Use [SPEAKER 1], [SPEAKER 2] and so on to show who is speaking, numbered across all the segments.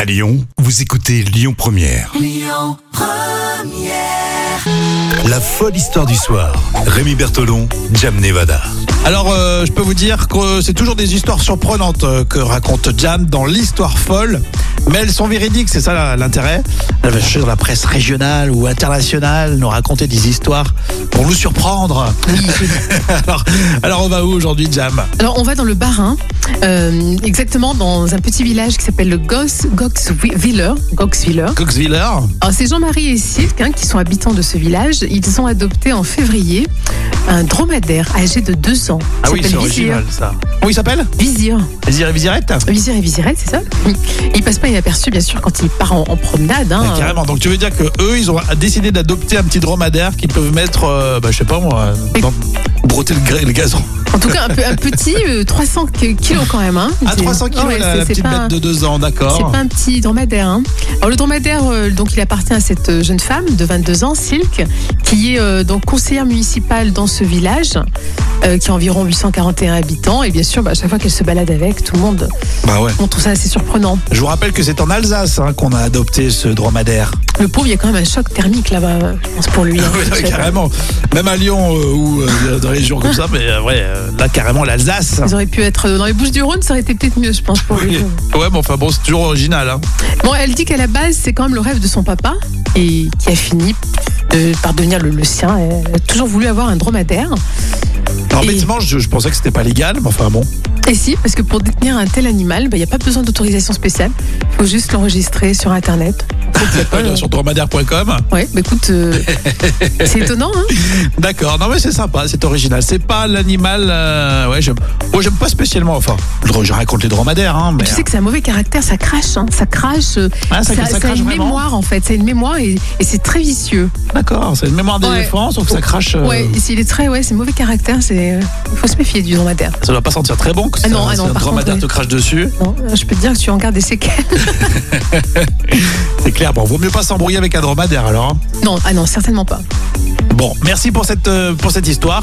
[SPEAKER 1] À Lyon, vous écoutez Lyon Première. La folle histoire du soir. Rémi Bertolon, Jam Nevada.
[SPEAKER 2] Alors, euh, je peux vous dire que c'est toujours des histoires surprenantes euh, que raconte Jam dans l'histoire folle, mais elles sont véridiques, c'est ça la- l'intérêt. Elle va chercher dans la presse régionale ou internationale nous raconter des histoires pour nous surprendre. alors, alors, on va où aujourd'hui, Jam
[SPEAKER 3] Alors on va dans le Bas-Rhin, euh, exactement dans un petit village qui s'appelle le Gox, Goxwiller. Goxwiller.
[SPEAKER 2] Coxviller
[SPEAKER 3] Alors c'est Jean-Marie et Sylke hein, qui sont habitants de ce village. Ils ont adopté en février un dromadaire âgé de 2 ans.
[SPEAKER 2] Ah
[SPEAKER 3] Il s'appelle Vizir.
[SPEAKER 2] ça. Comment il s'appelle Ah.
[SPEAKER 3] Vizir.
[SPEAKER 2] Vizir et Vizirette
[SPEAKER 3] Vizir et Vizirette, c'est ça Il passe pas inaperçu bien sûr quand il part en, en promenade. hein.
[SPEAKER 2] Ah, Carrément, donc tu veux dire que eux, ils ont décidé d'adopter un petit dromadaire qu'ils peuvent mettre, euh, bah, je sais pas moi, dans, brotter le, gra- le gazon.
[SPEAKER 3] En tout cas un, peu, un petit euh, 300 kilos quand même. Hein.
[SPEAKER 2] À
[SPEAKER 3] C'est-
[SPEAKER 2] 300 Ah, kilos,
[SPEAKER 3] Ouais,
[SPEAKER 2] la,
[SPEAKER 3] c'est-
[SPEAKER 2] la
[SPEAKER 3] c'est
[SPEAKER 2] petite
[SPEAKER 3] pas un-
[SPEAKER 2] bête de 2 ans, d'accord.
[SPEAKER 3] C'est pas un petit dromadaire. hein. Alors, le dromadaire, euh, donc, il appartient à cette euh, jeune femme de 22 ans, Silk, qui est euh, donc conseillère municipale dans ce village, euh, qui a environ 841 habitants. Et bien sûr, bah, à chaque fois qu'elle se balade avec, tout le monde,
[SPEAKER 2] Bah ouais.
[SPEAKER 3] on trouve ça assez surprenant.
[SPEAKER 2] Je vous rappelle que c'est en Alsace hein, qu'on a adopté ce dromadaire.
[SPEAKER 3] Le pauvre, il y a quand même un choc thermique là-bas, euh, je pense, pour lui. hein.
[SPEAKER 2] Ouais,
[SPEAKER 3] Je sais pas.
[SPEAKER 2] carrément. Même à Lyon euh, ou euh, dans les régions comme ça, mais euh, ouais, euh, là carrément l'Alsace.
[SPEAKER 3] Ils auraient pu être euh, dans les Bouches du Rhône, ça aurait été peut-être mieux, je pense, pour lui.
[SPEAKER 2] Oui. Ouais, mais enfin bon, c'est toujours original. Hein.
[SPEAKER 3] Bon, elle dit qu'à la base, c'est quand même le rêve de son papa et qui a fini de- par devenir le, le sien. Elle a toujours voulu avoir un dromadaire.
[SPEAKER 2] Alors, bêtement, je, je pensais que c'était pas légal, mais enfin bon.
[SPEAKER 3] Et si, parce que pour détenir un tel animal, il n'y a pas besoin d'autorisation spéciale. Il faut juste l'enregistrer sur Internet.
[SPEAKER 2] Euh, Sur dromadaire.com.
[SPEAKER 3] Ouais, bah écoute, euh, c'est étonnant, hein
[SPEAKER 2] D'accord, non mais c'est sympa, c'est original. C'est pas l'animal. euh, ouais, j'aime. Oh, j'aime pas spécialement. Enfin, je, je raconte les dromadaires, hein, mais.
[SPEAKER 3] Tu sais que c'est un mauvais caractère, ça crache, hein, ça crache. euh,
[SPEAKER 2] Ah, ça- ça crache
[SPEAKER 3] a une
[SPEAKER 2] vraiment
[SPEAKER 3] mémoire, en fait. Ça a une mémoire et, et c'est très vicieux.
[SPEAKER 2] D'accord, c'est une mémoire
[SPEAKER 3] Ouais.
[SPEAKER 2] d'éléphant, sauf que ça crache. euh,
[SPEAKER 3] Ouais, et s'il est très, ouais, c'est mauvais caractère, c'est. Il faut se méfier du dromadaire.
[SPEAKER 2] Ça doit pas sentir très bon que
[SPEAKER 3] Ah non,
[SPEAKER 2] ça- hein,
[SPEAKER 3] ah non,
[SPEAKER 2] si un
[SPEAKER 3] par
[SPEAKER 2] dromadaire
[SPEAKER 3] contre,
[SPEAKER 2] te crache dessus.
[SPEAKER 3] Non, je peux te dire que tu en gardes des séquelles.
[SPEAKER 2] C'est clair, bon, vaut mieux pas s'embrouiller avec un dromadaire alors. hein.
[SPEAKER 3] Non, ah non, certainement pas.
[SPEAKER 2] Bon, merci pour cette, euh, pour cette histoire.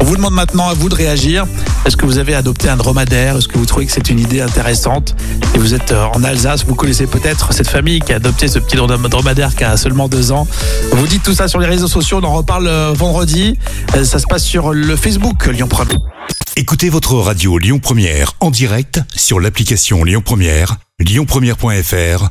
[SPEAKER 2] On vous demande maintenant à vous de réagir. Est-ce que vous avez adopté un dromadaire Est-ce que vous trouvez que c'est une idée intéressante Et vous êtes euh, en Alsace, vous connaissez peut-être cette famille qui a adopté ce petit drom- dromadaire qui a seulement deux ans. Vous dites tout ça sur les réseaux sociaux, on en reparle euh, vendredi. Euh, Ça se passe sur le Facebook Lyon 1
[SPEAKER 1] Écoutez votre radio Lyon Première en direct sur l'application Lyon Première, lyonpremière.fr